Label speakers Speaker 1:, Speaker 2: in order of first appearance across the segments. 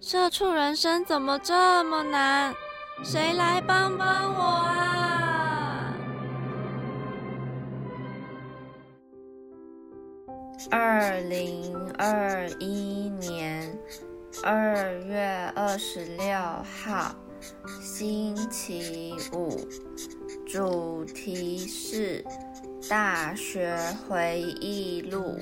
Speaker 1: 社畜人生怎么这么难？谁来帮帮我啊？
Speaker 2: 二零二一年二月二十六号，星期五，主题是大学回忆 录。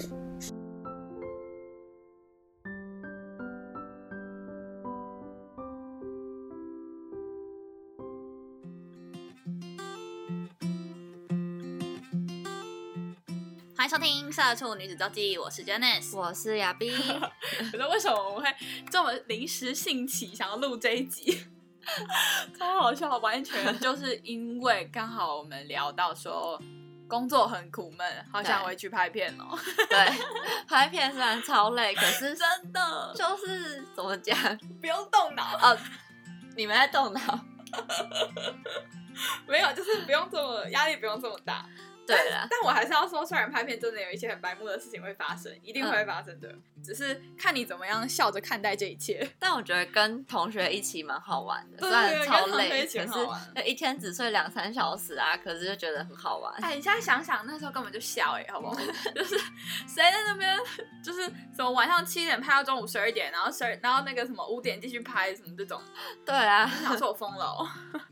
Speaker 3: 欢迎收听《社畜女子周记》，我是 Janice。
Speaker 2: 我是亚斌，
Speaker 3: 可是为什么我们会这么临时兴起想要录这一集？ 超好笑，完全就是因为刚好我们聊到说工作很苦闷，好想
Speaker 1: 对
Speaker 3: 回去拍片哦。
Speaker 1: 对，拍片虽然超累，可是
Speaker 3: 真的，
Speaker 1: 就是怎么讲？
Speaker 3: 不用动 脑，
Speaker 1: 哦，你们在动 脑。
Speaker 3: 没有，就是不用这么压力，不用这么大。
Speaker 1: 对了，
Speaker 3: 但我还是要说，虽然拍片真的有一些很白目的事情会发生，一定会发生的，只是看你怎么样笑着看待这一切。
Speaker 1: 但我觉得跟同学一起蛮好玩的，虽
Speaker 3: 对
Speaker 1: 然
Speaker 3: 对
Speaker 1: 超
Speaker 3: 跟同学
Speaker 1: 累，
Speaker 3: 一起
Speaker 1: 可
Speaker 3: 很好玩
Speaker 1: 是就一天只睡两三小时啊，可是就觉得很好 玩。
Speaker 3: 哎，你现在想想，那时候根本就笑哎、好不好？ 就是谁在那边，就是什么晚上七点拍到中午十二点，然后十二，然后那个什么五点继续拍什么这种，
Speaker 1: 对啊，
Speaker 3: 你想说我疯了、哦。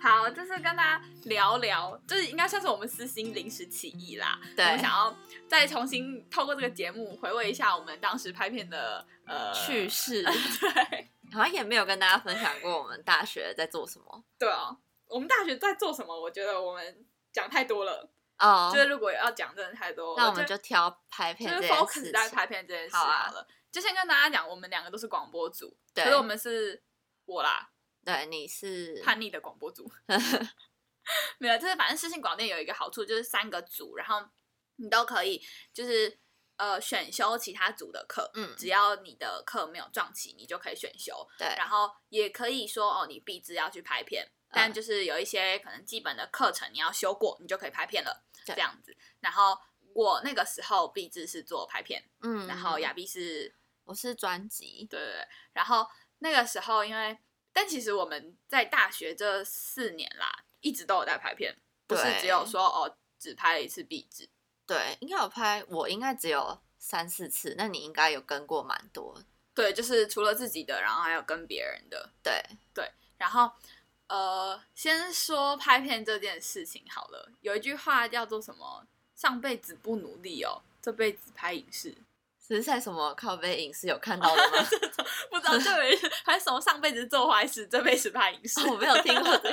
Speaker 3: 好，就是跟大家聊聊，就是应该算是我们私心临时起意啦。
Speaker 1: 对
Speaker 3: 我们想要再重新透过这个节目回味一下我们当时拍片的呃
Speaker 1: 趣 事
Speaker 3: 对
Speaker 1: 好像也没有跟大家分享过我们大学在做什么
Speaker 3: 对哦，我们大学在做什么？我觉得我们讲太多了，
Speaker 1: 哦
Speaker 3: 就。是如果要讲真的太多，
Speaker 1: 那我们
Speaker 3: 就
Speaker 1: 就挑拍
Speaker 3: 就
Speaker 1: 片这
Speaker 3: 是
Speaker 1: 件事
Speaker 3: focus 在
Speaker 1: 情。
Speaker 3: 拍片这件事
Speaker 1: 好啊
Speaker 3: 好了。就先跟大家讲，我们两个都是广播组，
Speaker 1: 对
Speaker 3: 可是我们是我啦，
Speaker 1: 对，你是
Speaker 3: 叛逆的广播 组。 没有，就是反正视信广电有一个好处，就是三个组，然后你都可以就是呃选修其他组的课，
Speaker 1: 嗯
Speaker 3: 只要你的课没有撞期，你就可以选修，
Speaker 1: 对，
Speaker 3: 然后也可以说哦，你必知要去拍片，但
Speaker 1: 嗯
Speaker 3: 就是有一些可能基本的课程你要修过，你就可以拍片了，这
Speaker 1: 对
Speaker 3: 样子。然后我那个时候必知是做拍片，
Speaker 1: 嗯，
Speaker 3: 然后亚碧是
Speaker 1: 我是专辑，
Speaker 3: 对对对，然后那个时候因为，但其实我们在大学这四年啦，一直都有在拍片，不是
Speaker 1: 对
Speaker 3: 只有说哦只拍了一次壁纸。
Speaker 1: 对，应该有拍，我应该只有三四次，那你应该有跟过蛮多，
Speaker 3: 对，就是除了自己的，然后还有跟别人的，
Speaker 1: 对，
Speaker 3: 然后呃，先说拍片这件事情好了。有一句话叫做什么？上辈子不努力哦，这辈子拍影视。
Speaker 1: 是在什么靠背影视有看到的 吗？
Speaker 3: 不知道这人还是什么上辈子做坏事，这辈子拍影视。
Speaker 1: 哦我没有听过 这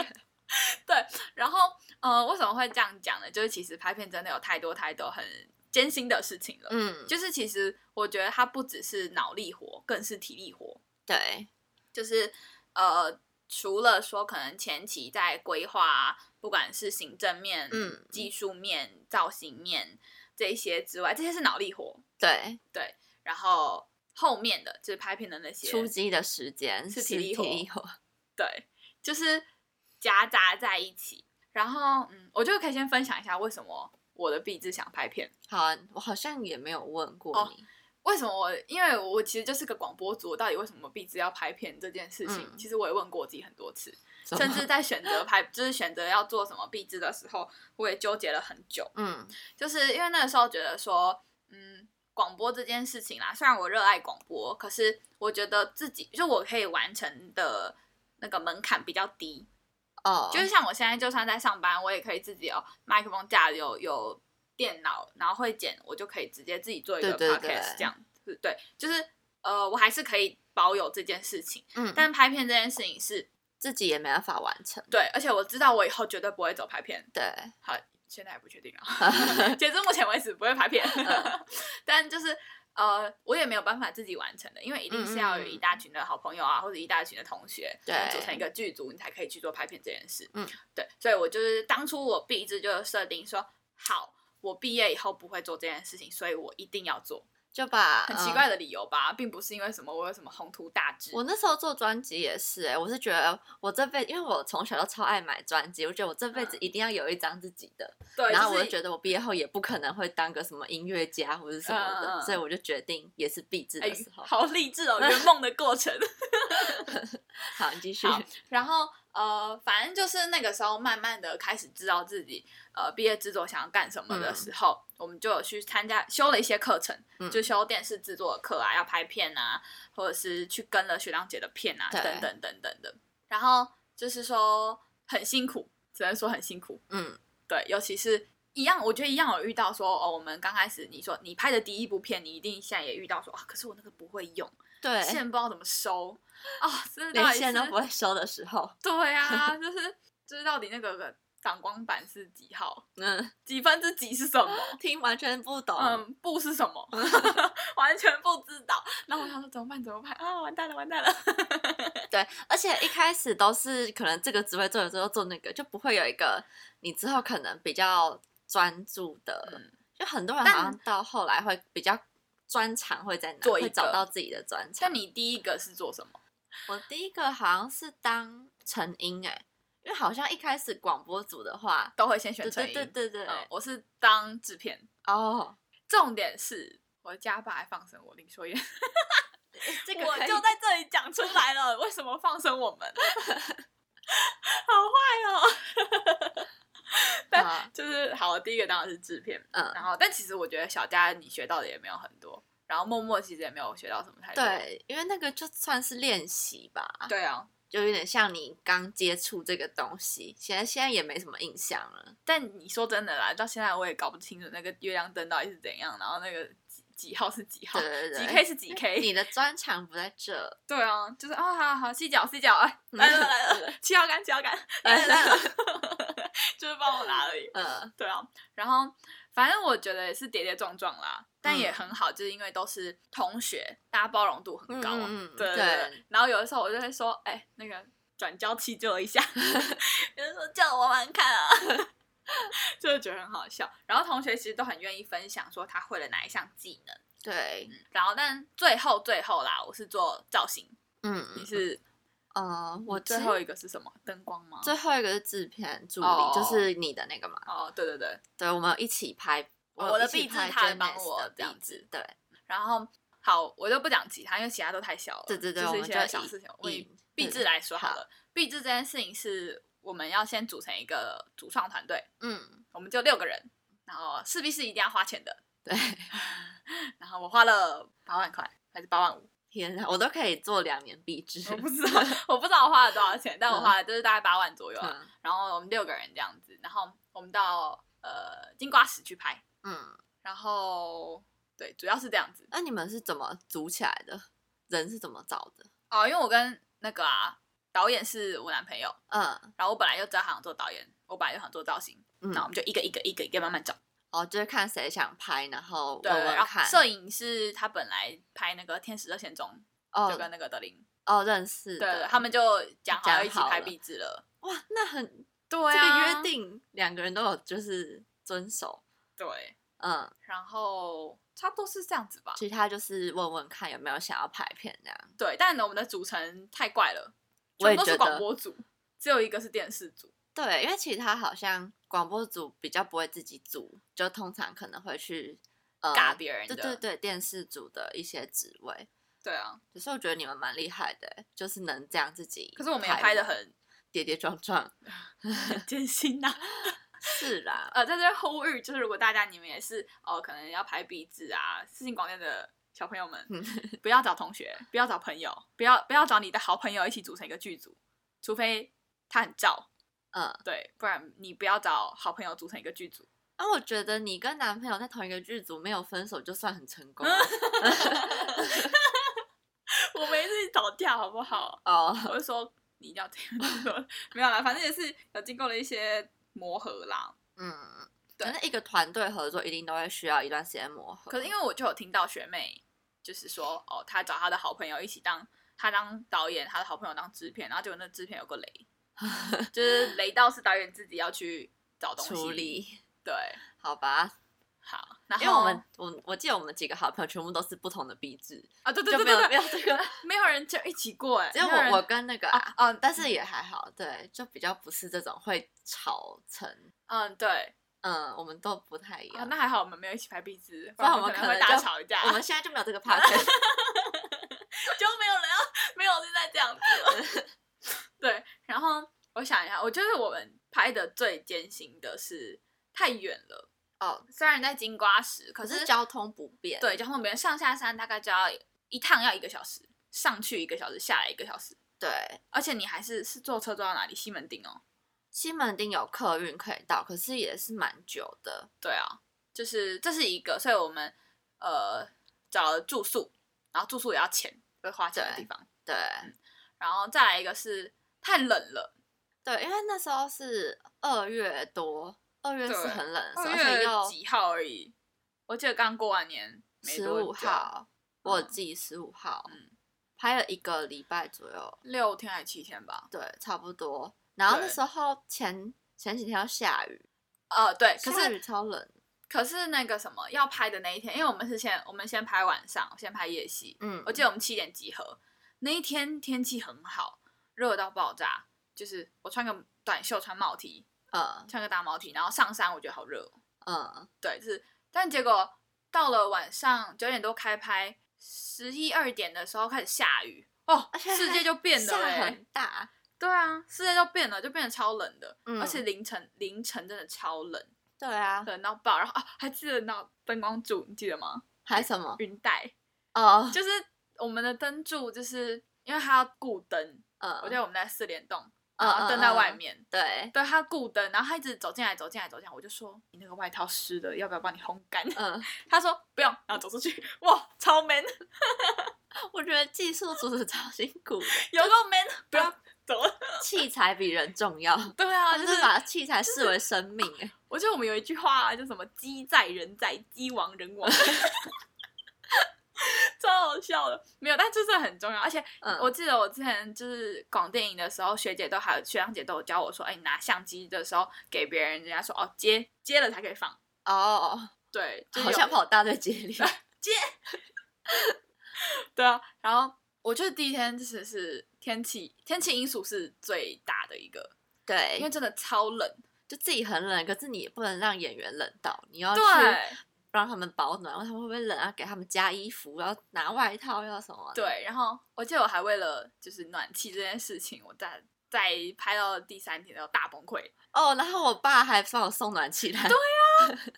Speaker 1: 个，
Speaker 3: 然后呃，为什么会这样讲呢？就是其实拍片真的有太多太多很艰辛的事情了。
Speaker 1: 嗯，
Speaker 3: 就是其实我觉得它不只是脑力活，更是体力活。
Speaker 1: 对，
Speaker 3: 就是呃，除了说可能前期在规划，不管是行政面、
Speaker 1: 嗯，
Speaker 3: 技术面、造型面这一些之外，这些是脑力活。
Speaker 1: 对，
Speaker 3: 然后后面的就是拍片的那些
Speaker 1: 出击的时间
Speaker 3: 是
Speaker 1: 体
Speaker 3: 体力活
Speaker 1: 力活，
Speaker 3: 对，就是夹杂在一起。然后，嗯，我就可以先分享一下为什么我的壁纸想拍片。
Speaker 1: 好啊，我好像也没有问过
Speaker 3: 哦
Speaker 1: 你，
Speaker 3: 为什么我？因为我其实就是个广播组，我到底为什么壁纸要拍片这件事情，
Speaker 1: 嗯
Speaker 3: 其实我也问过我自己很多 次，
Speaker 1: 怎
Speaker 3: 甚
Speaker 1: 么
Speaker 3: 至在选择拍，就是选择要做什么壁纸的时候，我也纠结了很久。
Speaker 1: 嗯，
Speaker 3: 就是因为那个时候觉得说，嗯，广播这件事情啦，虽然我热爱广播，可是我觉得自己就我可以完成的那个门槛比较低，
Speaker 1: 哦，
Speaker 3: 就是像我现在就算在上班，我也可以自己有麦克风架，有有电脑，然后会剪，我就可以直接自己做一个
Speaker 1: 对对对
Speaker 3: podcast 这样子。对，就是呃，我还是可以保有这件事情，
Speaker 1: 嗯，
Speaker 3: 但拍片这件事情是
Speaker 1: 自己也没办法完成，
Speaker 3: 对，而且我知道我以后绝对不会走拍片，
Speaker 1: 对， 嗯
Speaker 3: 好，现在还不确定啊，截至目前为止不会拍片，但就是呃，我也没有办法自己完成的，因为一定是要
Speaker 1: 嗯
Speaker 3: 有一大群的好朋友啊，或者一大群的同学，
Speaker 2: 对
Speaker 3: 组成一个剧组，你才可以去做拍片这件事。
Speaker 2: 嗯，
Speaker 3: 对，所以我就是当初我毕志就设定说，好，我毕业以后不会做这件事情，所以我一定要做。
Speaker 2: 就把
Speaker 3: 很奇
Speaker 2: 嗯
Speaker 3: 怪的理由吧，并不是因为什么我有什么宏图大志。
Speaker 2: 我那时候做专辑也是、欸，我是觉得我这辈，因为我从小都超爱买专辑，我觉得我这辈子一定要有一张自己的。
Speaker 3: 嗯对，
Speaker 2: 然后
Speaker 3: 就
Speaker 2: 我
Speaker 3: 是
Speaker 2: 就觉得我毕业后也不可能会当个什么音乐家或者什么的，
Speaker 3: 嗯嗯嗯
Speaker 2: 所以我就决定也是毕制
Speaker 3: 哎
Speaker 2: 的时，候。
Speaker 3: 好励志哦，圆梦的过程。
Speaker 2: 好，你继续。
Speaker 3: 好然后呃，反正就是那个时候，慢慢的开始知道自己呃毕业制作想要干什么的时候，我们就有去参加修了一些课程，
Speaker 2: 嗯
Speaker 3: 就修电视制作的课啊，要拍片啊，或者是去跟了学长姐的片啊，
Speaker 2: 对
Speaker 3: 等等等等的。然后就是说很辛苦，只能说很辛苦。
Speaker 2: 嗯，
Speaker 3: 对，尤其是一样，我觉得一样有遇到说哦，我们刚开始你说你拍的第一部片，你一定现在也遇到说啊，可是我那个不会用，
Speaker 2: 对，
Speaker 3: 线不知道怎么收啊，真的到
Speaker 2: 连
Speaker 3: 底
Speaker 2: 线都
Speaker 3: 是
Speaker 2: 不会收的时候，
Speaker 3: 对啊，就是就是到底那个感光板是几号，
Speaker 2: 嗯，
Speaker 3: 几分之几是什么？
Speaker 2: 听完全不懂。
Speaker 3: 嗯，布是什 么？完全不知道。然后我想说怎么办？怎么办？啊，完蛋了，完蛋了！
Speaker 2: 对，而且一开始都是可能这个职位做了之后做那个，就不会有一个你之后可能比较专注的，
Speaker 3: 嗯
Speaker 2: 就很多人
Speaker 3: 但
Speaker 2: 好像到后来会比较专长会在哪，
Speaker 3: 做一
Speaker 2: 会找
Speaker 3: 个
Speaker 2: 到自己的专长
Speaker 3: 像。你第一个是做什么？
Speaker 2: 我第一个好像是当成音哎、因为好像一开始广播组的话，
Speaker 3: 都会先选
Speaker 2: 对
Speaker 3: 成
Speaker 2: 对
Speaker 3: 音。
Speaker 2: 对对对，
Speaker 3: 嗯，我是当制片。
Speaker 2: 哦，
Speaker 3: 重点是我的家爸还放生我林说言，
Speaker 2: 这个
Speaker 3: 我
Speaker 2: 可以
Speaker 3: 就在这里讲出来了，为什么放生我们？ 好坏哦！ 但
Speaker 2: 啊
Speaker 3: 就是好，第一个当然是制片，
Speaker 2: 嗯，
Speaker 3: 然后，但其实我觉得小佳你学到的也没有很多，然后默默其实也没有学到什么太多。
Speaker 2: 对，因为那个就算是练习吧，
Speaker 3: 对啊，
Speaker 2: 就有点像你刚接触这个东西，现在现在也没什么印象了。
Speaker 3: 但你说真的啦，到现在我也搞不清楚那个月亮灯到底是怎样，然后那个几几号是几号，
Speaker 2: 对对对，哎
Speaker 3: 几 K 是几
Speaker 2: 你
Speaker 3: K。
Speaker 2: 的专长不在这，
Speaker 3: 对啊，就是啊，好好细脚细脚，哎，
Speaker 2: 嗯
Speaker 3: 来了来了来 了，七号杆七号杆， 来了来了， 就是帮我拿而已。
Speaker 2: 呃，
Speaker 3: 对啊，然后反正我觉得也是跌跌撞撞啦，但
Speaker 2: 嗯
Speaker 3: 也很好，就是因为都是同学，大家包容度很高。啊
Speaker 2: 嗯嗯嗯
Speaker 3: 对对
Speaker 2: 对
Speaker 3: 对然后有的时候我就会说，哎、那个转交期救一下， 有人说叫我玩玩看啊， 就是觉得很好笑。然后同学其实都很愿意分享说他会了哪一项技能，
Speaker 2: 对，
Speaker 3: 然后但最后最后啦，我是做造型，
Speaker 2: 嗯，
Speaker 3: 你是
Speaker 2: 呃，我
Speaker 3: 最
Speaker 2: 之
Speaker 3: 后一个是什么？灯光吗？
Speaker 2: 最后一个是制片助理，
Speaker 3: 哦
Speaker 2: 就是你的那个嘛，
Speaker 3: 哦，对对对，
Speaker 2: 对，我们有一起拍，
Speaker 3: 哦我
Speaker 2: 有
Speaker 3: 的
Speaker 2: 一起
Speaker 3: 壁纸
Speaker 2: 拍
Speaker 3: 他也
Speaker 2: Janice
Speaker 3: 帮我
Speaker 2: 的
Speaker 3: 这样
Speaker 2: 壁
Speaker 3: 子
Speaker 2: 纸，对
Speaker 3: 然后好，我就不讲其他，因为其他都太小了。
Speaker 2: 对对对，
Speaker 3: 就
Speaker 2: 我
Speaker 3: 是一
Speaker 2: 们就
Speaker 3: 些小
Speaker 2: 以
Speaker 3: 事情。我以
Speaker 2: 以
Speaker 3: 毕
Speaker 2: 对
Speaker 3: 制来说好
Speaker 2: 好
Speaker 3: 了，毕制这件事情是我们要先组成一个主创团队，
Speaker 2: 嗯，
Speaker 3: 我们就六个人，然后势必是一定要花钱的。
Speaker 2: 对，
Speaker 3: 然后我花了八万块还是八万五，
Speaker 2: 天哪，我都可以做两年壁纸，
Speaker 3: 我不知道，我不知道我花了多少 钱，但我花了就是大概八万左右啊。
Speaker 2: 嗯
Speaker 3: 然后我们六个人这样子，然后我们到呃金瓜石去拍，
Speaker 2: 嗯，
Speaker 3: 然后对，主要是这样子。
Speaker 2: 那你们是怎么组起来的？人是怎么找的？
Speaker 3: 哦，因为我跟那个啊导演是我男朋友，
Speaker 2: 嗯，
Speaker 3: 然后我本来就知道他想做导演，我本来就想做造型，
Speaker 2: 嗯
Speaker 3: 那、我们就一个一个一个一个慢慢找。
Speaker 2: 哦，就是看谁想拍，然后
Speaker 3: 对，
Speaker 2: 问问
Speaker 3: 然后
Speaker 2: 看，
Speaker 3: 摄影是他本来拍那个《天使热线中》就跟
Speaker 2: 哦
Speaker 3: 那个德林，
Speaker 2: 哦认识
Speaker 3: 对对，
Speaker 2: 的，
Speaker 3: 他们就讲好
Speaker 2: 讲
Speaker 3: 要一起
Speaker 2: 好
Speaker 3: 拍
Speaker 2: 了
Speaker 3: 壁纸了。
Speaker 2: 哇，那很
Speaker 3: 对啊
Speaker 2: 这个约定两个人都有就是遵守，
Speaker 3: 对，
Speaker 2: 嗯，
Speaker 3: 然后差不多是这样子吧。
Speaker 2: 其他就是问问看有没有想要拍片这样，
Speaker 3: 对，但我们的组成太怪了，
Speaker 2: 我
Speaker 3: 全
Speaker 2: 也
Speaker 3: 部都是
Speaker 2: 觉
Speaker 3: 广
Speaker 2: 得
Speaker 3: 播组，只有一个是电视组。
Speaker 2: 对，因为其他好像广播组比较不会自己组，就通常可能会去呃
Speaker 3: 尬别人的
Speaker 2: 对对对，电视组的一些职位。
Speaker 3: 对啊，
Speaker 2: 可是我觉得你们蛮厉害的欸，就是能这样自己。
Speaker 3: 可是我们也拍的很
Speaker 2: 跌跌撞撞，
Speaker 3: 很艰辛啊呐、
Speaker 2: 是啦，
Speaker 3: 呃，在这边呼吁，就是如果大家你们也是哦、呃可能要拍壁纸啊，四星广电的小朋友们， 不要找同学，不要找朋友，不要不要找你的好朋友一起组成一个剧组，除非他很照，
Speaker 2: 嗯。
Speaker 3: 对，不然你不要找好朋友组成一个剧组。
Speaker 2: 那啊我觉得你跟男朋友在同一个剧组没有分手，就算很成功了
Speaker 3: 我没自己找掉，好不好？
Speaker 2: 哦。
Speaker 3: 我就说你一定要这样做，没有啦，反正也是有经过了一些磨合啦。
Speaker 2: 嗯，
Speaker 3: 对
Speaker 2: 反正一个团队合作一定都会需要一段时间磨合。
Speaker 3: 可是因为我就有听到学妹就是说，哦，她找她的好朋友一起当，她当导演，她的好朋友当制片，然后结果那制片有个 雷，就是雷到是导演自己要去找东西
Speaker 2: 处。理，
Speaker 3: 对，
Speaker 2: 好吧，
Speaker 3: 好，然后
Speaker 2: 因为我们我我记得我们几个好朋友全部都是不同的壁纸，
Speaker 3: 啊，对 对
Speaker 2: 就
Speaker 3: 对
Speaker 2: 没有
Speaker 3: 对
Speaker 2: 没
Speaker 3: 对，
Speaker 2: 有这 个，
Speaker 3: 没有人就一起过哎、
Speaker 2: 只有
Speaker 3: 没人
Speaker 2: 我我跟那个啊，
Speaker 3: 哦，
Speaker 2: 但是也还好，对，就比较不是这种会吵成，
Speaker 3: 嗯对，
Speaker 2: 嗯，我们都不太一
Speaker 3: 啊
Speaker 2: 样。
Speaker 3: 那还好我们没有一起拍壁纸，不
Speaker 2: 不然
Speaker 3: 然
Speaker 2: 我
Speaker 3: 我
Speaker 2: 们
Speaker 3: 们
Speaker 2: 可
Speaker 3: 可能会
Speaker 2: 能
Speaker 3: 大
Speaker 2: 就
Speaker 3: 吵一架。
Speaker 2: 我们现在就没有这个 part，
Speaker 3: 就没有人要，没有人在这样子了。 对，然后我想一下，我觉得我们拍的最艰辛的是太远了
Speaker 2: 哦，
Speaker 3: 虽然在金瓜石，可
Speaker 2: 可
Speaker 3: 是
Speaker 2: 是交通不便。
Speaker 3: 对交通边上下山大概就要一趟要一个小时，上去一个小时，下来一个小时，
Speaker 2: 对，
Speaker 3: 而且你还是是坐车坐到哪里？西门町哦，
Speaker 2: 西门町有客运可以到，可是也是蛮久的。
Speaker 3: 对啊，就是这是一个，所以我们呃找了住宿，然后住宿也要钱，会花钱的地方，
Speaker 2: 对
Speaker 3: 然后再来一个是太冷了。
Speaker 2: 对，因为那时候是二月多，二月是
Speaker 3: 对
Speaker 2: 嗯很冷的时候，
Speaker 3: 二
Speaker 2: 而且
Speaker 3: 月
Speaker 2: 又
Speaker 3: 几号而已，我记得刚过完年没
Speaker 2: 十
Speaker 3: 多久
Speaker 2: 五，号，我
Speaker 3: 嗯
Speaker 2: 记十五号，
Speaker 3: 嗯
Speaker 2: 拍了一个礼拜左右，
Speaker 3: 六天还是七天吧？
Speaker 2: 对，差不多。然后那
Speaker 3: 对
Speaker 2: 时候前前几天要下雨，
Speaker 3: 呃，对，可
Speaker 2: 下雨
Speaker 3: 是
Speaker 2: 超冷，
Speaker 3: 可是那个什么要拍的那一天，因为我们是先我们先拍晚上，先拍夜戏，
Speaker 2: 嗯
Speaker 3: 我，记得我们七点集合，那一天天气很好，热到爆炸，就是我穿个短袖穿帽 T，
Speaker 2: 嗯
Speaker 3: 穿个大毛 T，然后上山我觉得好热哦，
Speaker 2: 嗯，
Speaker 3: 对，就是，但结果到了晚上九点多开拍，十一二点的时候开始下雨。哦，
Speaker 2: 而且
Speaker 3: 世界
Speaker 2: 还
Speaker 3: 就变了、
Speaker 2: 下
Speaker 3: 欸，
Speaker 2: 很大，
Speaker 3: 对啊，世界就变了，就变得超冷的，
Speaker 2: 嗯
Speaker 3: 而且凌晨凌晨真的超冷，
Speaker 2: 对啊，
Speaker 3: 冷到爆。然后啊，还记得那灯光柱，你记得吗？
Speaker 2: 还什么
Speaker 3: 云带，
Speaker 2: 哦，
Speaker 3: 就是我们的灯柱，就是因为它要固灯，
Speaker 2: 嗯，
Speaker 3: 我记得我们在四联栋，
Speaker 2: 嗯
Speaker 3: 然后灯在外，面，
Speaker 2: 嗯嗯对，
Speaker 3: 对，它固灯，然后它一直走进来，走进来，走进来，我就说你那个外套湿的，要不要帮你烘干？
Speaker 2: 嗯，
Speaker 3: 他说不用，然后走出去，哇，超 man，
Speaker 2: 我觉得技术组是超辛苦的，
Speaker 3: 有够 man，不要走了。
Speaker 2: 器材比人重要，
Speaker 3: 对啊，
Speaker 2: 他
Speaker 3: 就啊
Speaker 2: 们
Speaker 3: 是
Speaker 2: 是把器材视为生命，哎
Speaker 3: 我记得我们有一句话、啊、叫什么“鸡在人在，鸡亡 人亡”， 超好笑的。没有，但这是很重要。而且、
Speaker 2: 嗯
Speaker 3: 我记得我之前就是广电影的时候，学姐都还有学长姐都有教我说，哎、你拿相机的时候给别人，人家说哦接接了才可以放。
Speaker 2: 哦，
Speaker 3: 对，就是
Speaker 2: 好
Speaker 3: 有
Speaker 2: 像跑大队接 力，
Speaker 3: 对啊。然后我觉得第一天就是是天气天气因素是最大的一个，
Speaker 2: 对，
Speaker 3: 因为真的超冷。
Speaker 2: 就自己很冷，可是你也不能让演员冷到，你要去
Speaker 3: 对，
Speaker 2: 让他们保暖，然后他们会不会冷啊？给他们加衣服，然后拿外套，要什么？，
Speaker 3: 对，然后我记得我还为了就是暖气这件事情，我在在拍到第三天的时候大崩溃。
Speaker 2: 哦，然后我爸还帮我送暖气来，对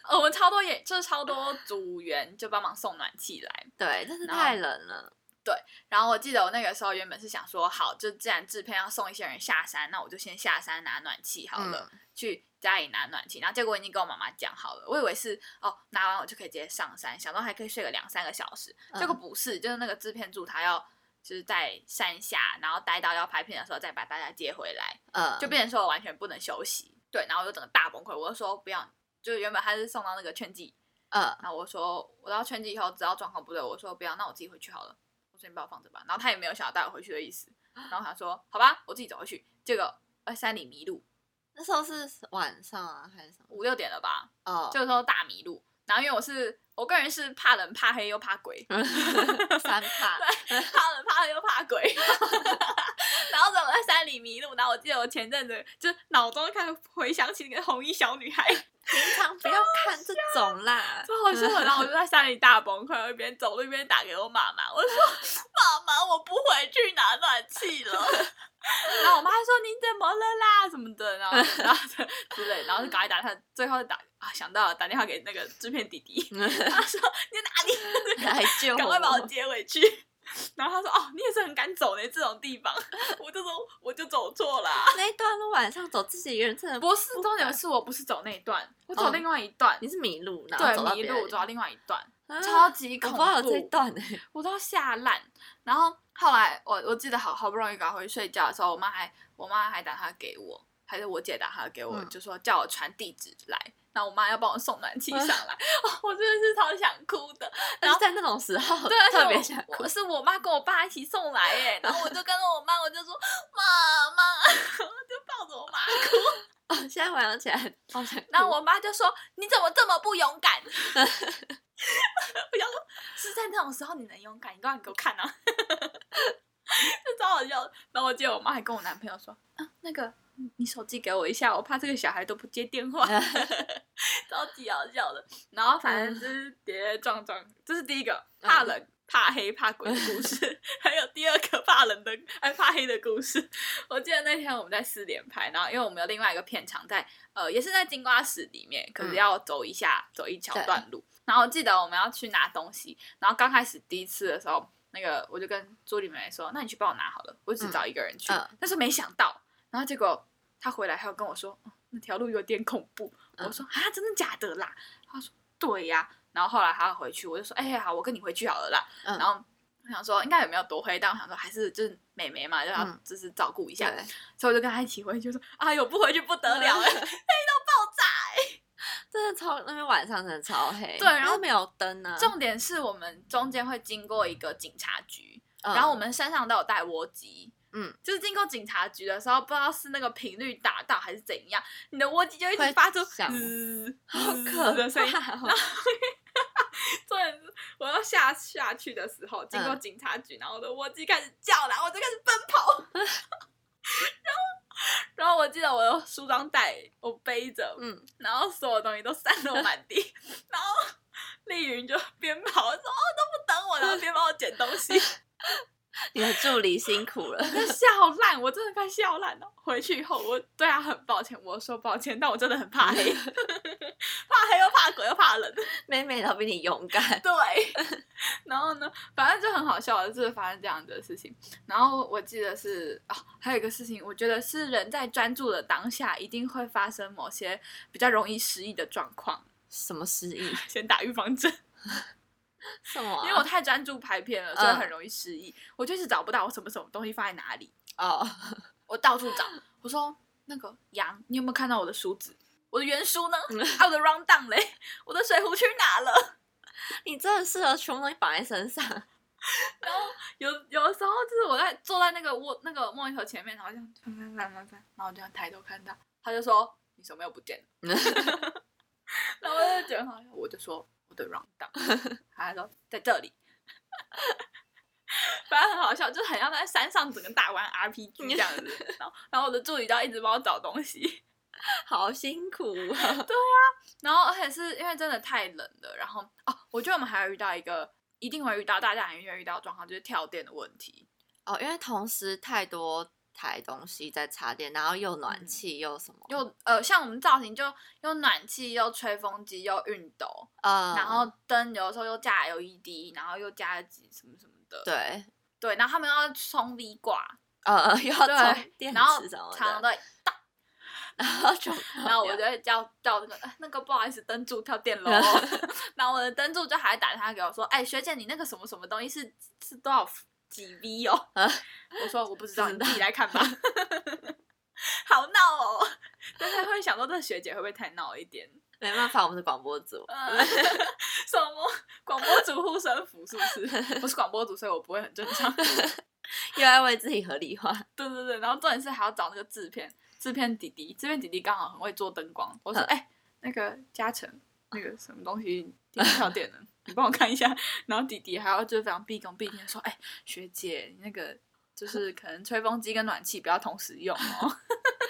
Speaker 3: 呃，我们超多也就是超多组员就帮忙送暖气来。
Speaker 2: 对，真是
Speaker 3: 然后
Speaker 2: 太冷了，
Speaker 3: 然后我记得我那个时候原本是想说，好，就既然制片要送一些人下山，那我就先下山拿暖气好了，去家里拿暖气。然后结果我已经跟我妈妈讲好了，我以为是哦拿完我就可以直接上山，想到还可以睡个两三个小时，
Speaker 2: 嗯
Speaker 3: 结果不是，就是那个制片组他要。就是在山下，然后待到要拍片的时候，再把大家接回来。
Speaker 2: 嗯，
Speaker 3: 就变成说我完全不能休息。对，然后我就整个大崩溃，我就说不要，就是原本他是送到那个圈季，
Speaker 2: 嗯，
Speaker 3: 然后我说我到圈季以后，只要状况不对，我说不要，那我自己回去好了。我说你把我放着吧，然后他也没有想要带我回去的意思，然后我想说好吧，我自己走回去。结果呃山里迷路，
Speaker 2: 那时候是晚上啊还是什么？
Speaker 3: 五六点了吧，
Speaker 2: 哦，
Speaker 3: 就是说大迷路。然后因为我是我个人是怕冷怕黑又怕鬼，
Speaker 2: 三怕，
Speaker 3: 怕冷怕黑又怕鬼， 然后怎么在山里迷路？然后我记得我前阵子就是脑中开始回想起那个红衣小女孩。
Speaker 2: 平常不要看这种啦，
Speaker 3: 超好笑的！然后我就在山里大崩溃，我一边走路一边打给我妈妈，我说：“妈妈，我不回去拿暖气 了。”然后我妈还说：“你怎么了啦？什么的？”然后然后之类，然后就赶快打他，最后打啊想到了打电话给那个制片弟弟，他说：“你在哪里？
Speaker 2: 来救我，
Speaker 3: 赶快把我接回去。”然后他说：“哦，你也是很敢走呢，这种地方。”我就说：“我就走错了啊、
Speaker 2: 那一段路晚上走自己一个人真的不，
Speaker 3: 不是，重点是我嗯不是走那一段，我走另外一段，
Speaker 2: 你是迷路，然后走
Speaker 3: 对，
Speaker 2: 到
Speaker 3: 迷
Speaker 2: 别
Speaker 3: 路，
Speaker 2: 人
Speaker 3: 我走到另外一段。
Speaker 2: 啊
Speaker 3: 超级
Speaker 2: 我
Speaker 3: 恐
Speaker 2: 不
Speaker 3: 怖，
Speaker 2: 知道有这一段呢，
Speaker 3: 我都要吓烂。然后后来我我记得好好不容易搞回去睡觉的时候，我妈还我妈还打电话给我，还是我姐打电话给我，
Speaker 2: 嗯
Speaker 3: 就说叫我传地址来，然后我妈要帮我送暖气
Speaker 2: 嗯
Speaker 3: 上来，哦我真的是超想哭的。
Speaker 2: 但是在那种时候
Speaker 3: 对，而且
Speaker 2: 特
Speaker 3: 我
Speaker 2: 别想哭
Speaker 3: 我。是我妈跟我爸一起送来耶，然后我就跟着我妈，我就 说妈妈， 我就抱着我妈哭，
Speaker 2: 哦，现在回想起来， 好想哭。
Speaker 3: 然后我妈就说你怎么这么不勇敢？我 想说是在那种时候你能勇敢，你都让你给我看啊， 就超好笑的。然后我记得我妈还跟我男朋友说，啊那个你你手机给我一下，我怕这个小孩都不接电话。超级好笑的。然后反正就是跌跌撞撞，这是第一个怕冷、怕黑、怕鬼的故事，还有第二个怕冷的哎怕黑的故事。我记得那天我们在四连拍，然后因为我们有另外一个片场在呃也是在金瓜石里面，可是
Speaker 2: 嗯
Speaker 3: 要走一下、走一小
Speaker 2: 对
Speaker 3: 段路。然后我记得我们要去拿东西，然后刚开始第一次的时候，那个我就跟朱莉妹妹说：“那你去帮我拿好了，我只找一个人去。
Speaker 2: 嗯嗯
Speaker 3: 但是没想到，然后结果她回来，她又跟我说：“嗯那条路有点恐怖。”
Speaker 2: 嗯
Speaker 3: 我说：“啊，真的假的啦？”她说：“对呀、然后后来她要回去，我就说：“哎、好，我跟你回去好了啦。
Speaker 2: 嗯
Speaker 3: 然后我想说应该也没有多黑，但我想说还是就是妹妹嘛，就要
Speaker 2: 嗯
Speaker 3: 就是照顾一下，
Speaker 2: 对嗯
Speaker 3: 所以我就跟她一起回去，说：“哎呦，不回去不得 了、欸，
Speaker 2: 欸真的超那边晚上真的超黑，
Speaker 3: 对然后
Speaker 2: 因为没有灯啊，
Speaker 3: 重点是我们中间会经过一个警察局，
Speaker 2: 嗯
Speaker 3: 然 后我们身上都有带窝机。
Speaker 2: 嗯，
Speaker 3: 就是经过警察局的时候，不知道是那个频率打到还是怎样，你的窝机就一直
Speaker 2: 会
Speaker 3: 发出
Speaker 2: 响
Speaker 3: 滋
Speaker 2: 好
Speaker 3: 滋的
Speaker 2: 可
Speaker 3: 声音。
Speaker 2: 怕哦。
Speaker 3: 重点是我要下下去的时候，经过
Speaker 2: 嗯
Speaker 3: 警察局，然后我的窝机开始叫了，我就开始奔跑。 然后，然后我记得我的梳妆袋我背着，
Speaker 2: 嗯，
Speaker 3: 然后所有东西都散落满 地，然后丽云就边跑说：“哦，都不等 我，然后边帮我捡东西。”
Speaker 2: 你的助理辛苦了，
Speaker 3: 我笑烂，我真的快笑烂了。回去以后，我对他很抱歉，我说抱歉，但我真的很 怕黑， 怕黑又怕鬼又怕冷。
Speaker 2: 妹妹都比你勇敢。
Speaker 3: 对， 然后呢，反正就很好笑的，就是发生这样的事情。然后我记得是哦，还有一个事情，我觉得是人在专注的当下，一定会发生某些比较容易失忆的状况。
Speaker 2: 什么失忆？
Speaker 3: 先打预防针，
Speaker 2: 什么啊？
Speaker 3: 因为我太专注拍片了，所以很容易失忆。我就是找不到我什么什么东西放在哪里，
Speaker 2: 哦，
Speaker 3: 我到处找。 我说那个羊，你有没有看到我的梳子？我的圆 梳呢？还有我的 round down 嘞？我的水壶去哪了？
Speaker 2: 你真的适合全部东西绑在身上。
Speaker 3: 有有的时候就是我在坐在那个我那个梦一头前面，然后这样翻翻翻翻翻，然后我就这样抬头看到，他就说你手没有不见了， 然后我就觉得很好笑，我就说我的 round down，他 说在这里，反正很好笑，就是很像在山上整个大玩 RPG 这样子，然后然后我的助理就要一直帮我找东西，
Speaker 2: 好辛苦啊！
Speaker 3: 然后而且是因为真的太冷了，然后哦，我觉得我们还有遇到一个一定会遇到，大家很愿意遇到的状况就是跳电的问题，
Speaker 2: 哦，因为同时太多台东西在插电，然后又暖
Speaker 3: 嗯
Speaker 2: 气又什么，
Speaker 3: 又呃，像我们造型就又暖气，又吹风机，又熨斗，
Speaker 2: 呃，
Speaker 3: 然后灯有的时候又架 LED，然后又加了几什么什么的。
Speaker 2: 对，
Speaker 3: 对，然后他们要充 V 挂，
Speaker 2: 呃， 又要充
Speaker 3: 对，
Speaker 2: 电
Speaker 3: 然后
Speaker 2: 池什么
Speaker 3: 常常
Speaker 2: 的，
Speaker 3: 都会，
Speaker 2: 然后就
Speaker 3: 然后我就会叫叫那个、哎那个不好意思，灯柱跳电喽。哦 然后我的灯柱就还打电话给我说，哎、学姐，你那个什么什么东西是是多少几 V 哦？
Speaker 2: 啊
Speaker 3: 我说我不知道，
Speaker 2: 不知
Speaker 3: 你
Speaker 2: 道
Speaker 3: 自己来看 吧。 好闹哦， 但是会想说这学姐会不会太闹一点？
Speaker 2: 没办法，我们是广播组，
Speaker 3: 呃 什么广播组护身符是不是？我是广播组，所以我不会很正常。
Speaker 2: 又要为自己合理化，
Speaker 3: 对对对，然后重点是还要找那个制片，制片弟弟，制片弟弟刚好很会做灯光。我说，哎、那个嘉诚，那个什么东西地跳电了，你帮我看一下。 然后弟弟还要就是非常毕恭毕敬地说，哎、学姐，你那个就是可能吹风机跟暖气不要同时用哦。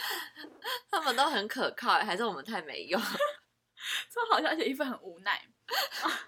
Speaker 2: 他们都很可靠，还是我们太没用？
Speaker 3: 超好笑，而且一份很无奈。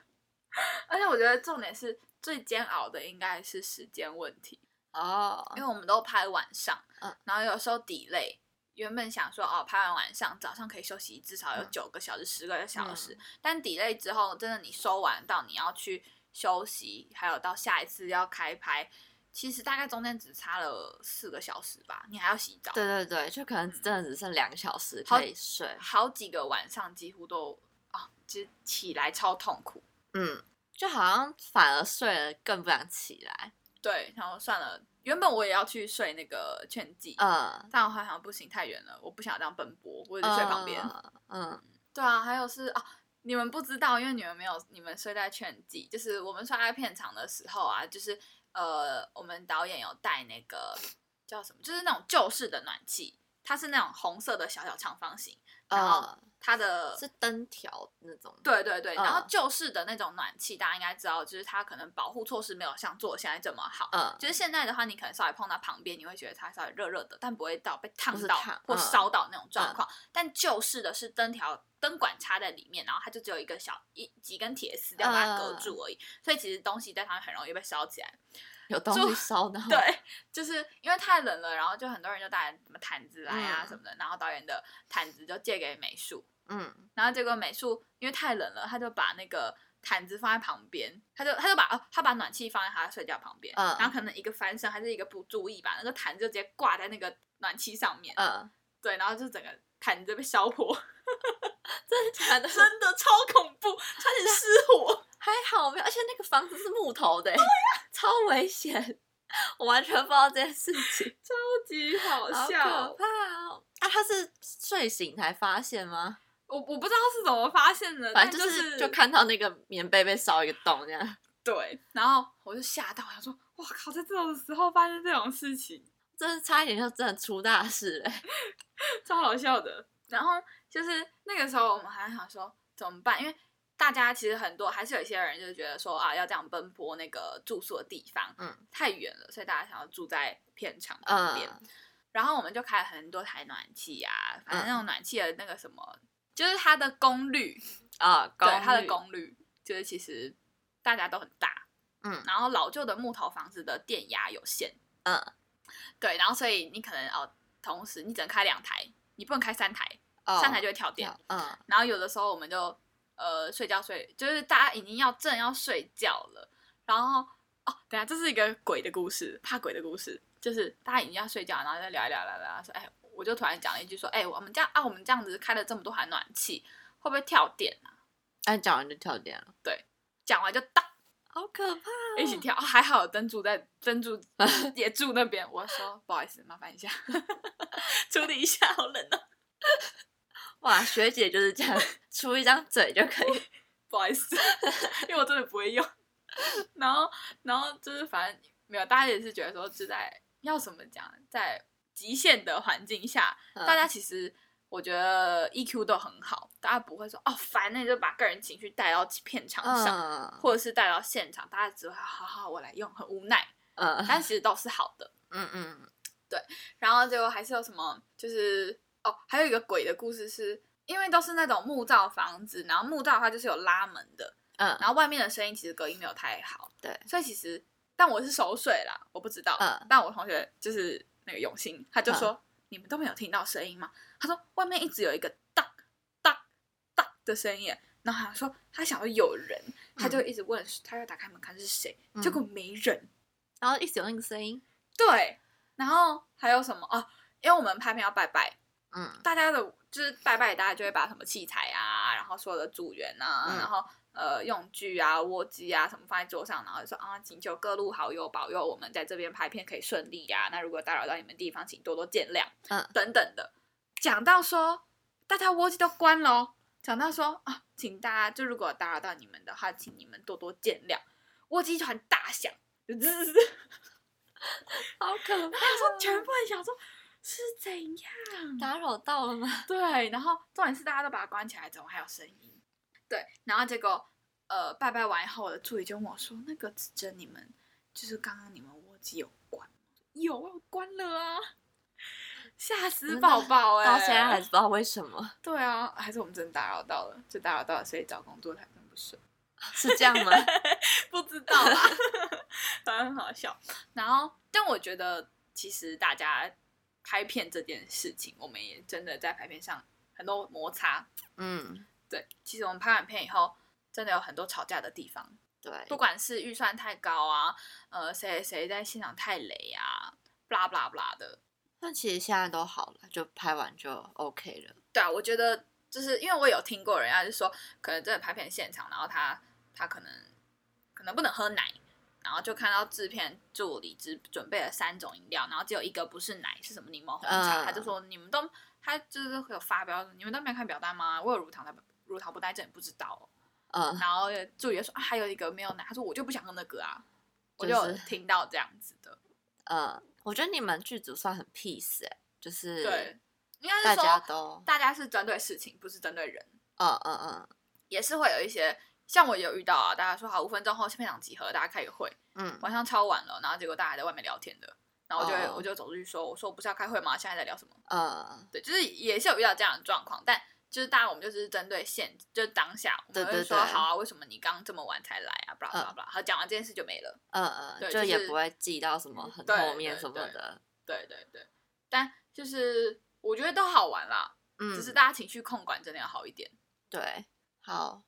Speaker 3: 而且我觉得重点是最煎熬的应该是时间问题，
Speaker 2: 哦，
Speaker 3: 因为我们都拍晚上，
Speaker 2: 嗯
Speaker 3: 然后有时候 delay。原本想说哦，拍完晚上早上可以休息至少有
Speaker 2: 嗯
Speaker 3: 九个小时、十、个小时，但 delay 之后，真的你收完到你要去休息，还有到下一次要开拍，其实大概中间只差了四个小时吧，你还要洗澡，
Speaker 2: 对对对，就可能真的只剩两个小时
Speaker 3: 好
Speaker 2: 可以睡，
Speaker 3: 好几个晚上几乎都啊，其实起来超痛苦。
Speaker 2: 嗯，就好像反而睡了更不想起来，
Speaker 3: 对，然后算了，原本我也要去睡那个劝记，
Speaker 2: 嗯，
Speaker 3: 但我好像不行，太远了，我不想这样奔波，我就睡旁边。
Speaker 2: 嗯，
Speaker 3: 对啊，还有是啊，你们不知道，因为你们没有，你们睡在劝记，就是我们睡在片场的时候啊，就是呃，我们导演有带那个叫什么，就是那种旧式的暖气，它是那种红色的小小长方形，
Speaker 2: 嗯，
Speaker 3: 然后
Speaker 2: 呃，
Speaker 3: 它的、
Speaker 2: 是灯条那种，，
Speaker 3: 对对对，然后
Speaker 2: 嗯
Speaker 3: 旧式的那种暖气，大家应该知道，就是它可能保护措施没有像做现在这么好。
Speaker 2: 嗯，
Speaker 3: 就是现在的话，你可能稍微碰到旁边，你会觉得它稍微热热的，但不会到被烫
Speaker 2: 不是
Speaker 3: 到
Speaker 2: 烫
Speaker 3: 或
Speaker 2: 嗯
Speaker 3: 烧到那种状况。但旧式的是灯条、灯管插在里面，然后它就只有一个小一几根铁丝要把它隔
Speaker 2: 嗯
Speaker 3: 住而已，所以其实东西在它很容易被烧起来。
Speaker 2: 有东
Speaker 3: 就
Speaker 2: 西烧的，，
Speaker 3: 对，就是因为太冷了，然后就很多人就带什么毯子来啊
Speaker 2: 嗯
Speaker 3: 什么的，然后导演的毯子就借给美术，
Speaker 2: 嗯，
Speaker 3: 然后结果美术因为太冷了，他就把那个毯子放在旁边，他就他就把哦，他把暖气放在他的睡觉旁边，
Speaker 2: 嗯
Speaker 3: 然后可能一个翻身还是一个不注意吧，那个毯子就直接挂在那个暖气上面，
Speaker 2: 嗯，
Speaker 3: 对，然后就整个毯子被烧破，
Speaker 2: 真的假的？
Speaker 3: 真的超恐怖，差点失 火。
Speaker 2: 还好没有，而且那个房子是木头的欸， 超危险，我完全不知道这件事情，
Speaker 3: 超级好
Speaker 2: 好
Speaker 3: 笑
Speaker 2: 可，怕哦！啊，他是睡醒才发现吗？
Speaker 3: 我我不知道是怎么发现的，
Speaker 2: 反正
Speaker 3: 但
Speaker 2: 就是
Speaker 3: 是
Speaker 2: 就看呃到那个棉被被烧一个洞这样，
Speaker 3: 对，然后我就吓到，我想说，哇靠，在这种时候发生这种事情，
Speaker 2: 真的差一点就真的出大事嘞！
Speaker 3: 超好笑的。然后就是那个时候，我们还想说怎么办，因为大家其实很多还是有一些人就是觉得说啊，要这样奔波那个住宿的地方，
Speaker 2: 嗯，
Speaker 3: 太远了，所以大家想要住在片场旁边。
Speaker 2: 嗯
Speaker 3: 然后我们就开了很多台暖气啊，反正
Speaker 2: 嗯
Speaker 3: 那种暖气的那个什么，就是它的功率，
Speaker 2: 啊，
Speaker 3: 对
Speaker 2: 公
Speaker 3: 它的
Speaker 2: 寓，
Speaker 3: 功率，就是其实大家都很大，
Speaker 2: 嗯
Speaker 3: 然后老旧的木头房子的电压有限，
Speaker 2: 嗯，
Speaker 3: 对，然后所以你可能哦，同时你只能开两台，你不能开三台，
Speaker 2: 哦
Speaker 3: 三台就会跳电。
Speaker 2: 嗯
Speaker 3: 然后有的时候我们就呃睡觉睡，就是大家已经要正要睡觉了，然后哦，等一下这是一个鬼的故事，怕鬼的故事，就是大家已经要睡觉，然后再聊一聊，聊一聊，说哎，我就突然讲了一句说，哎，我们这样啊，我们这样子开了这么多台暖气，会不会跳电啊？
Speaker 2: 哎，讲完就跳电了，
Speaker 3: 讲完就当。
Speaker 2: 好可怕！
Speaker 3: 一起跳，哦还好有珍珠在，珍珠也住那边。我说不好意思，麻烦一下， 处理一下，好冷哦、
Speaker 2: 哇，学姐就是这 样，出一张嘴就可以。
Speaker 3: 不好意思， 因为我真的不会用。然后，然后就是反正没有，大家也是觉得说是在要怎么讲，在极限的环境下，大家其实我觉得 EQ 都很好，大家不会说哦烦，那你就把个人情绪带到片场上，
Speaker 2: 嗯
Speaker 3: 或者是带到现场，大家只会好好我来用，很无奈，
Speaker 2: 嗯
Speaker 3: 但其实都是好的。
Speaker 2: 嗯嗯，
Speaker 3: 然后结果还是有什么，就是哦，还有一个鬼的故事是，因为都是那种木造房子，然后木造的话就是有拉门的，
Speaker 2: 嗯
Speaker 3: 然后外面的声音其实隔音没有太好，
Speaker 2: 对
Speaker 3: 所以其实但我是熟睡啦，我不知道，
Speaker 2: 嗯
Speaker 3: 但我同学就是那个永兴，他就说、你们都没有听到声音吗？他说外面一直有一个当当当的声音耶，然后他说他想要有人，他就一直问，他就打开门看是谁，
Speaker 2: 嗯
Speaker 3: 结果没人，
Speaker 2: 然后一直有那个声音，
Speaker 3: 对，然后还有什么哦？因为我们拍片要拜拜，
Speaker 2: 嗯
Speaker 3: 大家的就是拜拜，大家就会把什么器材啊，然后所有的组员啊，
Speaker 2: 嗯
Speaker 3: 然后呃用具啊、窝机啊什么放在桌上，然后就说啊，请求各路好友保佑我们在这边拍片可以顺利呀、那如果打扰到你们地方，请多多见谅，
Speaker 2: 嗯
Speaker 3: 等等的。讲到说大家窝机都关喽，讲到说啊，请大家就如果打扰到你们的话，请你们多多见谅。窝机团大响，就滋滋滋。
Speaker 2: 好可怕，
Speaker 3: 他说全部人想说是怎样？
Speaker 2: 打扰到了 吗？
Speaker 3: 对，然后重点是大家都把它关起来，怎么还有声音？对，然后结果呃拜拜完以后，我的助理就问我说：“那个指针你们就是刚刚你们窝机有关吗？”有啊，我关了啊，吓死宝宝哎、
Speaker 2: 到现在还是不知道为什么，
Speaker 3: 对啊，还是我们真的打扰到了，就打扰到了，所以找工作才更不顺。
Speaker 2: 是这样 吗？
Speaker 3: 不知道啦，反正很好笑。然后，但我觉得其实大家拍片这件事情，我们也真的在拍片上很多摩擦。
Speaker 2: 嗯，
Speaker 3: 对，其实我们拍完片以后，真的有很多吵架的地方，
Speaker 2: 对，
Speaker 3: 不管是预算太高啊，呃，谁谁在现场太雷啊，不啦不啦不啦的。
Speaker 2: 但其实现在都好了，就拍完就 OK 了。
Speaker 3: 对啊，我觉得就是因为我有听过人家就说，可能真的拍片现场，然后他他可能可能不能喝奶，然后就看到制片助理只准备了三种饮料，然后只有一个不是奶，是什么柠檬红茶，
Speaker 2: 嗯
Speaker 3: 他就说你们都，他就是有发表，你们都没有看表单吗？我有乳糖的乳糖不耐症，你不知道、哦。
Speaker 2: 嗯，
Speaker 3: 然后助理就说、啊、还有一个没有奶，他说我就不想喝那个啊，我
Speaker 2: 就
Speaker 3: 就是有听到这样子的，
Speaker 2: 呃，我觉得你们剧组算很 peace 哎、就是
Speaker 3: 对，应该
Speaker 2: 大
Speaker 3: 是
Speaker 2: 家
Speaker 3: 说
Speaker 2: 都，
Speaker 3: 大家是针对事情，不是针对人，
Speaker 2: 嗯嗯嗯
Speaker 3: 也是会有一些像我有遇到啊，大家说好五分钟后片场集合，大家开个会，
Speaker 2: 嗯，
Speaker 3: 晚上超晚了，然后结果大家还在外面聊天的，然后我就会、
Speaker 2: 哦
Speaker 3: 我就走出去说，我说不是要开会吗？现在在聊什么？
Speaker 2: 呃，
Speaker 3: 对，就是也是有遇到这样的状况，但。就是大家，我们就是针对现，就是当下，我
Speaker 2: 对
Speaker 3: 们
Speaker 2: 对
Speaker 3: 会说
Speaker 2: 对
Speaker 3: 好啊，为什么你刚这么晚才来啊？blah blah
Speaker 2: 嗯
Speaker 3: blah，好，讲完这件事就没了。
Speaker 2: 嗯嗯，
Speaker 3: 对
Speaker 2: 就
Speaker 3: 就
Speaker 2: 也
Speaker 3: 是嗯
Speaker 2: 不会记到什么很
Speaker 3: 对
Speaker 2: 后面
Speaker 3: 对
Speaker 2: 什么
Speaker 3: 对
Speaker 2: 的，
Speaker 3: 对对对，但就是我觉得都好玩啦，
Speaker 2: 嗯，
Speaker 3: 只是大家情绪控管真的要好一点。
Speaker 2: 对，好，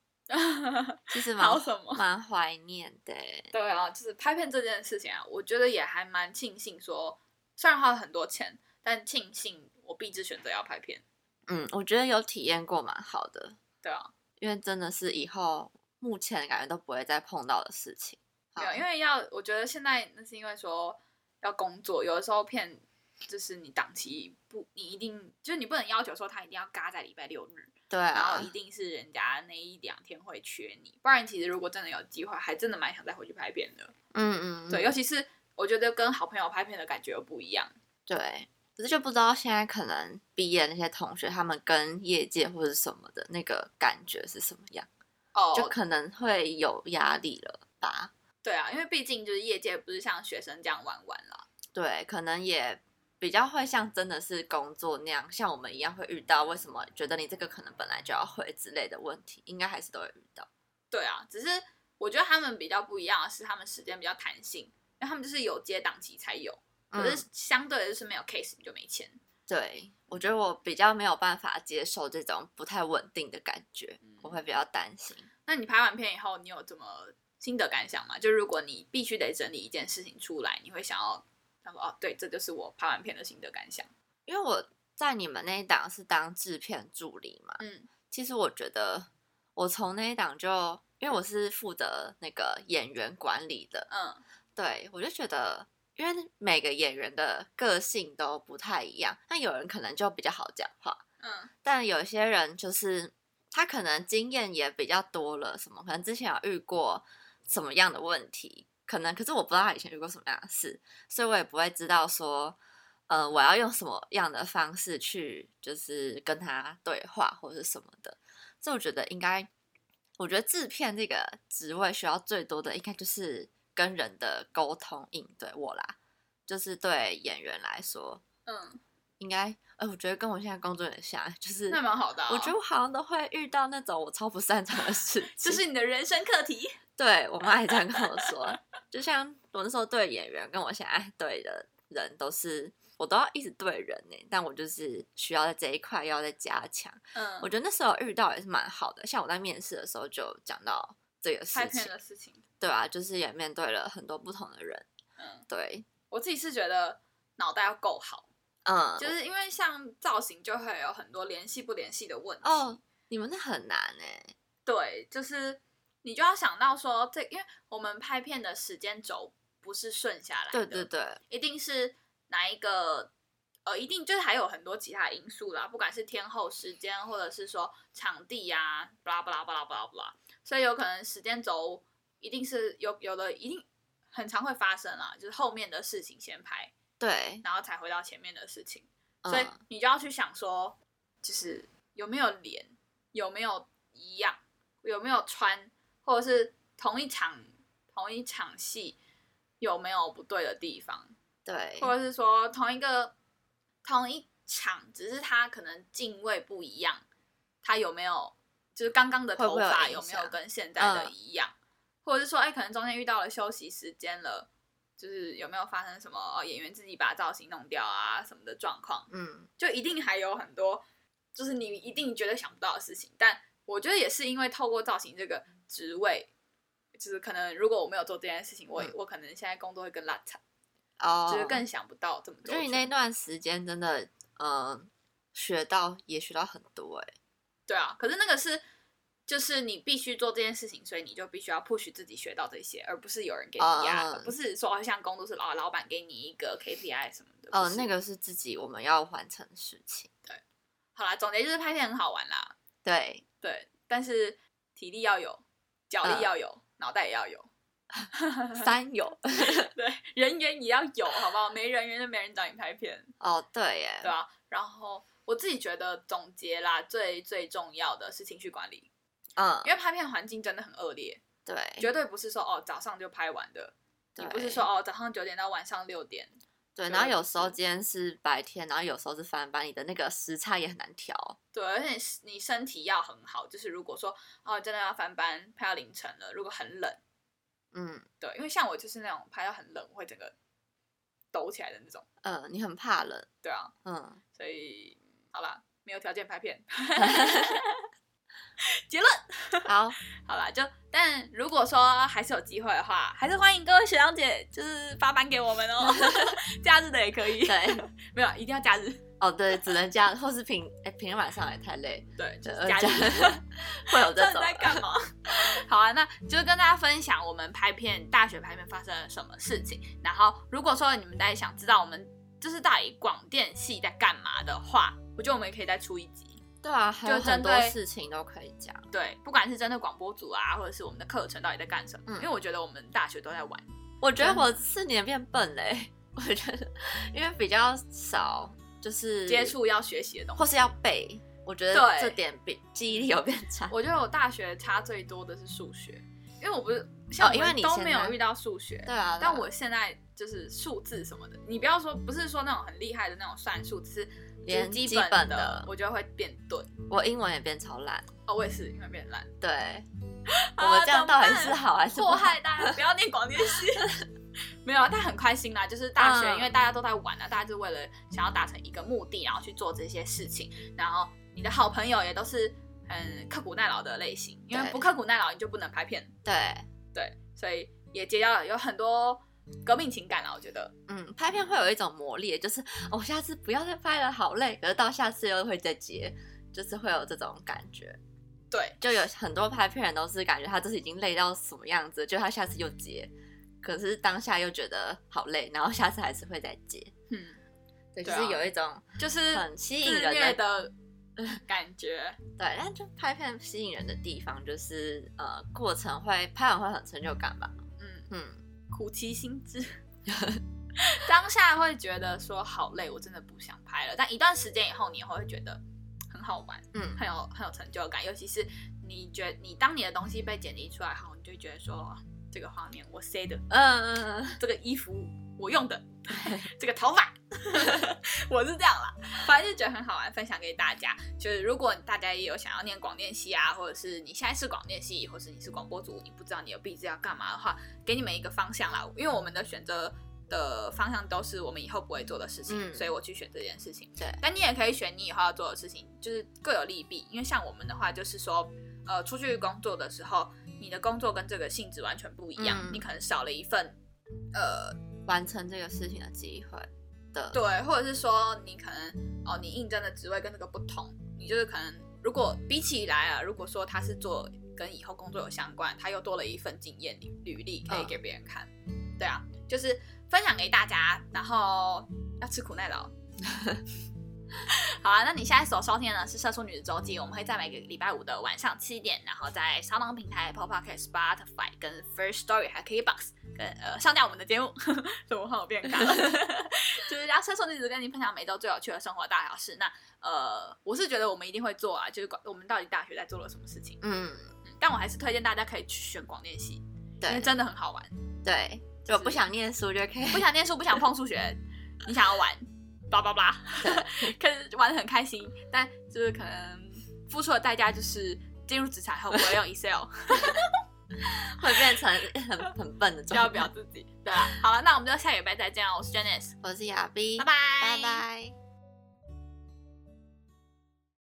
Speaker 2: 其实蛮
Speaker 3: 好什么？
Speaker 2: 蛮怀念的欸，
Speaker 3: 对啊，就是拍片这件事情啊，我觉得也还蛮庆幸说虽然花了很多钱，但庆幸我必之选择要拍片。
Speaker 2: 嗯，我觉得有体验过蛮好的，
Speaker 3: 对啊，
Speaker 2: 因为真的是以后目前感觉都不会再碰到的事情，好
Speaker 3: 没有，因为要我觉得现在那是因为说要工作，有的时候片就是你档期不，你一定就是你不能要求说他一定要嘎在礼拜六日，
Speaker 2: 对
Speaker 3: 然后
Speaker 2: 啊
Speaker 3: 一，定是人家那一两天会缺你，不然其实如果真的有机会，还真的蛮想再回去拍片的。
Speaker 2: 嗯嗯，嗯
Speaker 3: 对，尤其是我觉得跟好朋友拍片的感觉又不一样。
Speaker 2: 对，可是就不知道现在可能毕业那些同学，他们跟业界或者什么的那个感觉是什么样，
Speaker 3: 哦
Speaker 2: 就可能会有压力了吧？
Speaker 3: 对啊，因为毕竟就是业界不是像学生这样玩玩啦。
Speaker 2: 对，可能也比较会像真的是工作那样，像我们一样会遇到为什么觉得你这个可能本来就要会之类的问题，应该还是都会遇到。
Speaker 3: 对啊，只是我觉得他们比较不一样的是，他们时间比较弹性，因为他们就是有接档期才有，可
Speaker 2: 嗯
Speaker 3: 是相对的就是没有 case 你就没钱。
Speaker 2: 对，我觉得我比较没有办法接受这种不太稳定的感觉，
Speaker 3: 嗯
Speaker 2: 我会比较担心。
Speaker 3: 那你拍完片以后，你有怎么心得感想吗？就如果你必须得整理一件事情出来，你会想要想说哦，对，这就是我拍完片的心得感想。
Speaker 2: 因为我在你们那一档是当制片助理嘛，
Speaker 3: 嗯，
Speaker 2: 其实我觉得我从那一档就，因为我是负责那个演员管理的，
Speaker 3: 嗯
Speaker 2: 对我就觉得。因为每个演员的个性都不太一样，那有人可能就比较好讲话，
Speaker 3: 嗯
Speaker 2: 但有些人就是他可能经验也比较多了，什么可能之前有遇过什么样的问题，可能可是我不知道他以前遇过什么样的事，所以我也不会知道说，呃，我要用什么样的方式去就是跟他对话或者什么的，所以我觉得应该，我觉得制片这个职位需要最多的应该就是跟人的沟通应对我啦，就是对演员来说，
Speaker 3: 嗯，
Speaker 2: 应该，呃，我觉得跟我现在工作有点像，就是
Speaker 3: 那蛮好的啊、
Speaker 2: 我觉得我好像都会遇到那种我超不擅长的 事情。
Speaker 3: 这是你的人生课题。
Speaker 2: 对我妈也这样跟我说，就像我那时候对演员，跟我现在对的人都是，我都要一直对人呢、但我就是需要在这一块要再加强。
Speaker 3: 嗯，
Speaker 2: 我觉得那时候遇到也是蛮好的，像我在面试的时候就讲到这个
Speaker 3: 拍
Speaker 2: 事
Speaker 3: 片
Speaker 2: 情，
Speaker 3: 的事情，
Speaker 2: 对啊，就是也面对了很多不同的人，
Speaker 3: 嗯，
Speaker 2: 对，
Speaker 3: 我自己是觉得脑袋要够好，
Speaker 2: 嗯，
Speaker 3: 就是因为像造型就会有很多联系不联系的问题。
Speaker 2: 哦，你们那很难哎、
Speaker 3: 对，就是你就要想到说这，因为我们拍片的时间轴不是顺下来
Speaker 2: 对
Speaker 3: 的，
Speaker 2: 对对，
Speaker 3: 一定是哪一个，呃，一定就是还有很多其他因素啦，不管是天后、时间，或者是说场地呀、啊，巴拉巴拉巴拉巴拉巴拉，所以有可能时间轴一定是有有的一定很常会发生啦，就是后面的事情先拍，
Speaker 2: 对，
Speaker 3: 然后才回到前面的事情，
Speaker 2: 嗯
Speaker 3: 所以你就要去想说，就是有没有连，有没有一样，有没有穿，或者是同一场同一场戏有没有不对的地方，
Speaker 2: 对，
Speaker 3: 或者是说同一个同一场，只是他可能敬畏不一样，他有没有就是刚刚的
Speaker 2: 会不
Speaker 3: 头
Speaker 2: 会有
Speaker 3: 发
Speaker 2: 影
Speaker 3: 有没有
Speaker 2: 响
Speaker 3: 跟现在的
Speaker 2: 嗯
Speaker 3: 一样，或者是说哎、可能中间遇到了休息时间了，就是有没有发生什么、哦演员自己把造型弄掉啊什么的状况，
Speaker 2: 嗯。
Speaker 3: 就一定还有很多，就是你一定绝对想不到的事情。但我觉得也是因为透过造型这个职位，就是可能如果我没有做这件事情，我、
Speaker 2: 嗯
Speaker 3: 我可能现在工作会更邋遢，
Speaker 2: 哦，
Speaker 3: 就是更想不到这么
Speaker 2: 就
Speaker 3: 多选。
Speaker 2: 你那段时间真的，呃嗯、学到也学到很多哎、
Speaker 3: 对啊，可是那个是就是你必须做这件事情，所以你就必须要 push 自己学到这些，而不是有人给你
Speaker 2: 嗯
Speaker 3: 压
Speaker 2: 嗯
Speaker 3: 而不是说好像工作是老老板给你一个 KPI 什么的。
Speaker 2: 呃
Speaker 3: 不，是
Speaker 2: 那个是自己我们要完成的事情。
Speaker 3: 好啦，总结就是拍片很好玩啦，
Speaker 2: 对，
Speaker 3: 对，但是体力要有，脚
Speaker 2: 嗯
Speaker 3: 力要有，脑袋也要有，
Speaker 2: 三有
Speaker 3: 对，人缘也要有，好不好？没人缘就没人找你拍片，
Speaker 2: 哦，对耶，
Speaker 3: 对吧、然后我自己觉得总结啦，最最重要的是情绪管理，
Speaker 2: 嗯，
Speaker 3: 啊因为拍片环境真的很恶劣，
Speaker 2: 对，
Speaker 3: 绝对不是说哦早上就拍完的，也不是
Speaker 2: 哎对
Speaker 3: 说哦早上九点到晚上六点，
Speaker 2: 对，
Speaker 3: 对
Speaker 2: 然后有时候今天是白天，然后有时候是翻班，你的那个时差也很难调。
Speaker 3: 对，而且你你身体要很好，就是如果说哦真的要翻班拍到凌晨了，如果很冷，
Speaker 2: 嗯
Speaker 3: 对，因为像我就是那种拍到很冷我会整个抖起来的那种，
Speaker 2: 嗯、呃你很怕冷，
Speaker 3: 对啊，
Speaker 2: 嗯，
Speaker 3: 所以好啦，没有条件拍 片，
Speaker 2: 好，
Speaker 3: 好啦，就但如果说还是有机会的话，还是欢迎各位学长姐就是发班给我们哦， 假日的也可以，
Speaker 2: 对，
Speaker 3: 没有一定要假日，
Speaker 2: 哦对，只能这样，或是平哎、平日晚上也太累，
Speaker 3: 对，就是
Speaker 2: 呃
Speaker 3: 假
Speaker 2: 这
Speaker 3: 日。
Speaker 2: 样 会有这
Speaker 3: 这
Speaker 2: 种
Speaker 3: 在干嘛？ 好啊，那就跟大家分享我们拍片大学拍片发生了什么事情。然后，如果说你们大家想知道我们就是到底广电系在干嘛的话，我觉得我们也可以再出一集。
Speaker 2: 对啊，还有
Speaker 3: 就
Speaker 2: 很
Speaker 3: 针
Speaker 2: 多
Speaker 3: 对
Speaker 2: 事情都可以讲。
Speaker 3: 对，不管是针对广播组啊，或者是我们的课程到底在干什么，
Speaker 2: 嗯
Speaker 3: 因为我觉得我们大学都在玩。
Speaker 2: 我觉得
Speaker 3: 真的
Speaker 2: 我四年变笨嘞、我觉得因为比较少就是
Speaker 3: 接触要学习的东西
Speaker 2: 或是要背，我觉得
Speaker 3: 对
Speaker 2: 这点比记忆力有变差。
Speaker 3: 我觉得我大学差最多的是数学，因为我不是像
Speaker 2: 哦因为
Speaker 3: 我
Speaker 2: 你
Speaker 3: 都
Speaker 2: 现
Speaker 3: 没有
Speaker 2: 在
Speaker 3: 遇到数学
Speaker 2: 对，啊，对啊
Speaker 3: 但我现在就是数字什么的，你不要说不是说那种很厉害的那种算术，只是就是
Speaker 2: 连
Speaker 3: 基
Speaker 2: 基
Speaker 3: 本
Speaker 2: 本
Speaker 3: 的，
Speaker 2: 的
Speaker 3: 我觉得会变钝。
Speaker 2: 我英文也变超烂，
Speaker 3: 哦，我也是因为变烂，
Speaker 2: 对、我
Speaker 3: 啊
Speaker 2: 们这样到底
Speaker 3: 怎么办
Speaker 2: 是好还是不
Speaker 3: 祸
Speaker 2: 好？
Speaker 3: 害大家不要念广电系。 没有啊，但很开心啦，就是大学，
Speaker 2: 嗯
Speaker 3: 因为大家都在玩啊，大家就为了想要达成一个目的，然后去做这些事情，然后你的好朋友也都是很刻苦耐劳的类型，因为
Speaker 2: 对
Speaker 3: 不刻苦耐劳你就不能拍片，
Speaker 2: 对，
Speaker 3: 对，所以也结交了有很多革命情感啦，我觉得。
Speaker 2: 嗯，拍片会有一种魔力，就是我、哦下次不要再拍了，好累。可是到下次又会再接，就是会有这种感觉。
Speaker 3: 对，
Speaker 2: 就有很多拍片人都是感觉他这次已经累到什么样子，就他下次又接，可是当下又觉得好累，然后下次还是会再接。
Speaker 3: 嗯，
Speaker 2: 对，就
Speaker 3: 对啊
Speaker 2: 是有一种
Speaker 3: 就是
Speaker 2: 很吸引
Speaker 3: 自
Speaker 2: 人
Speaker 3: 虐
Speaker 2: 的，
Speaker 3: 的欸 感觉。
Speaker 2: 对，但就拍片吸引人的地方就是呃，过程会拍完会很成就感吧，
Speaker 3: 嗯，
Speaker 2: 嗯，
Speaker 3: 苦其心志。 当下会觉得说好累，我真的不想拍了。但一段时间以后，你也会觉得很好玩，
Speaker 2: 嗯
Speaker 3: 很有很有成就感。尤其是你觉你当你的东西被剪辑出来后，你就会觉得说这个画面我塞的，
Speaker 2: 嗯嗯嗯，
Speaker 3: 这个衣服我用的， 这个头发，我是这样啦，反正就觉得很好玩，分享给大家。就是如果大家也有想要念广电系啊，或者是你现在是广电系，或是你是广播组，你不知道你的毕制要干嘛的话，给你们一个方向啦。因为我们的选择的方向都是我们以后不会做的事情，
Speaker 2: 嗯
Speaker 3: 所以我去选这件事情。
Speaker 2: 对
Speaker 3: 但你也可以选你以后要做的事情，就是各有利弊。因为像我们的话，就是说，呃，出去工作的时候，你的工作跟这个性质完全不一样，
Speaker 2: 嗯
Speaker 3: 你可能少了一份，呃，
Speaker 2: 完成这个事情的机会的，
Speaker 3: 对，或者是说你可能哦，你应征的职位跟这个不同，你就是可能如果比起来啊，如果说他是做跟以后工作有相关，他又多了一份经验履履历可以
Speaker 2: 嗯
Speaker 3: 给别人看，对啊，就是分享给大家，然后要吃苦耐劳。 好啊，那你现在所收听的呢是《社畜女子周记》，我们会在每个礼拜五的晚上七点，然后在商浪平台、Apple Podcast、Spotify、跟 First Story 还有 KBox 跟呃上架我们的节目。 怎么换我变卡了？就是让《社畜女子》跟你分享每周最有趣的生活大小事。那呃，我是觉得我们一定会做啊，就是管我们到底大学在做了什么事情。
Speaker 2: 嗯，
Speaker 3: 嗯但我还是推荐大家可以去选广电系，因为
Speaker 2: 对
Speaker 3: 真的很好玩。
Speaker 2: 对，就不想念书就可以，
Speaker 3: 不想念书，不想碰数学，你想要玩，叭叭叭，可是玩的很开心，但就是可能付出的代价就是进入职场后不会用 Excel，
Speaker 2: 会变成 很很笨的状
Speaker 3: 要
Speaker 2: 态。
Speaker 3: 表自己。对啊，好了，那我们就下个礼拜再见哦。我是 Janice，
Speaker 2: 我是亚斌，
Speaker 3: 拜拜，
Speaker 2: 拜拜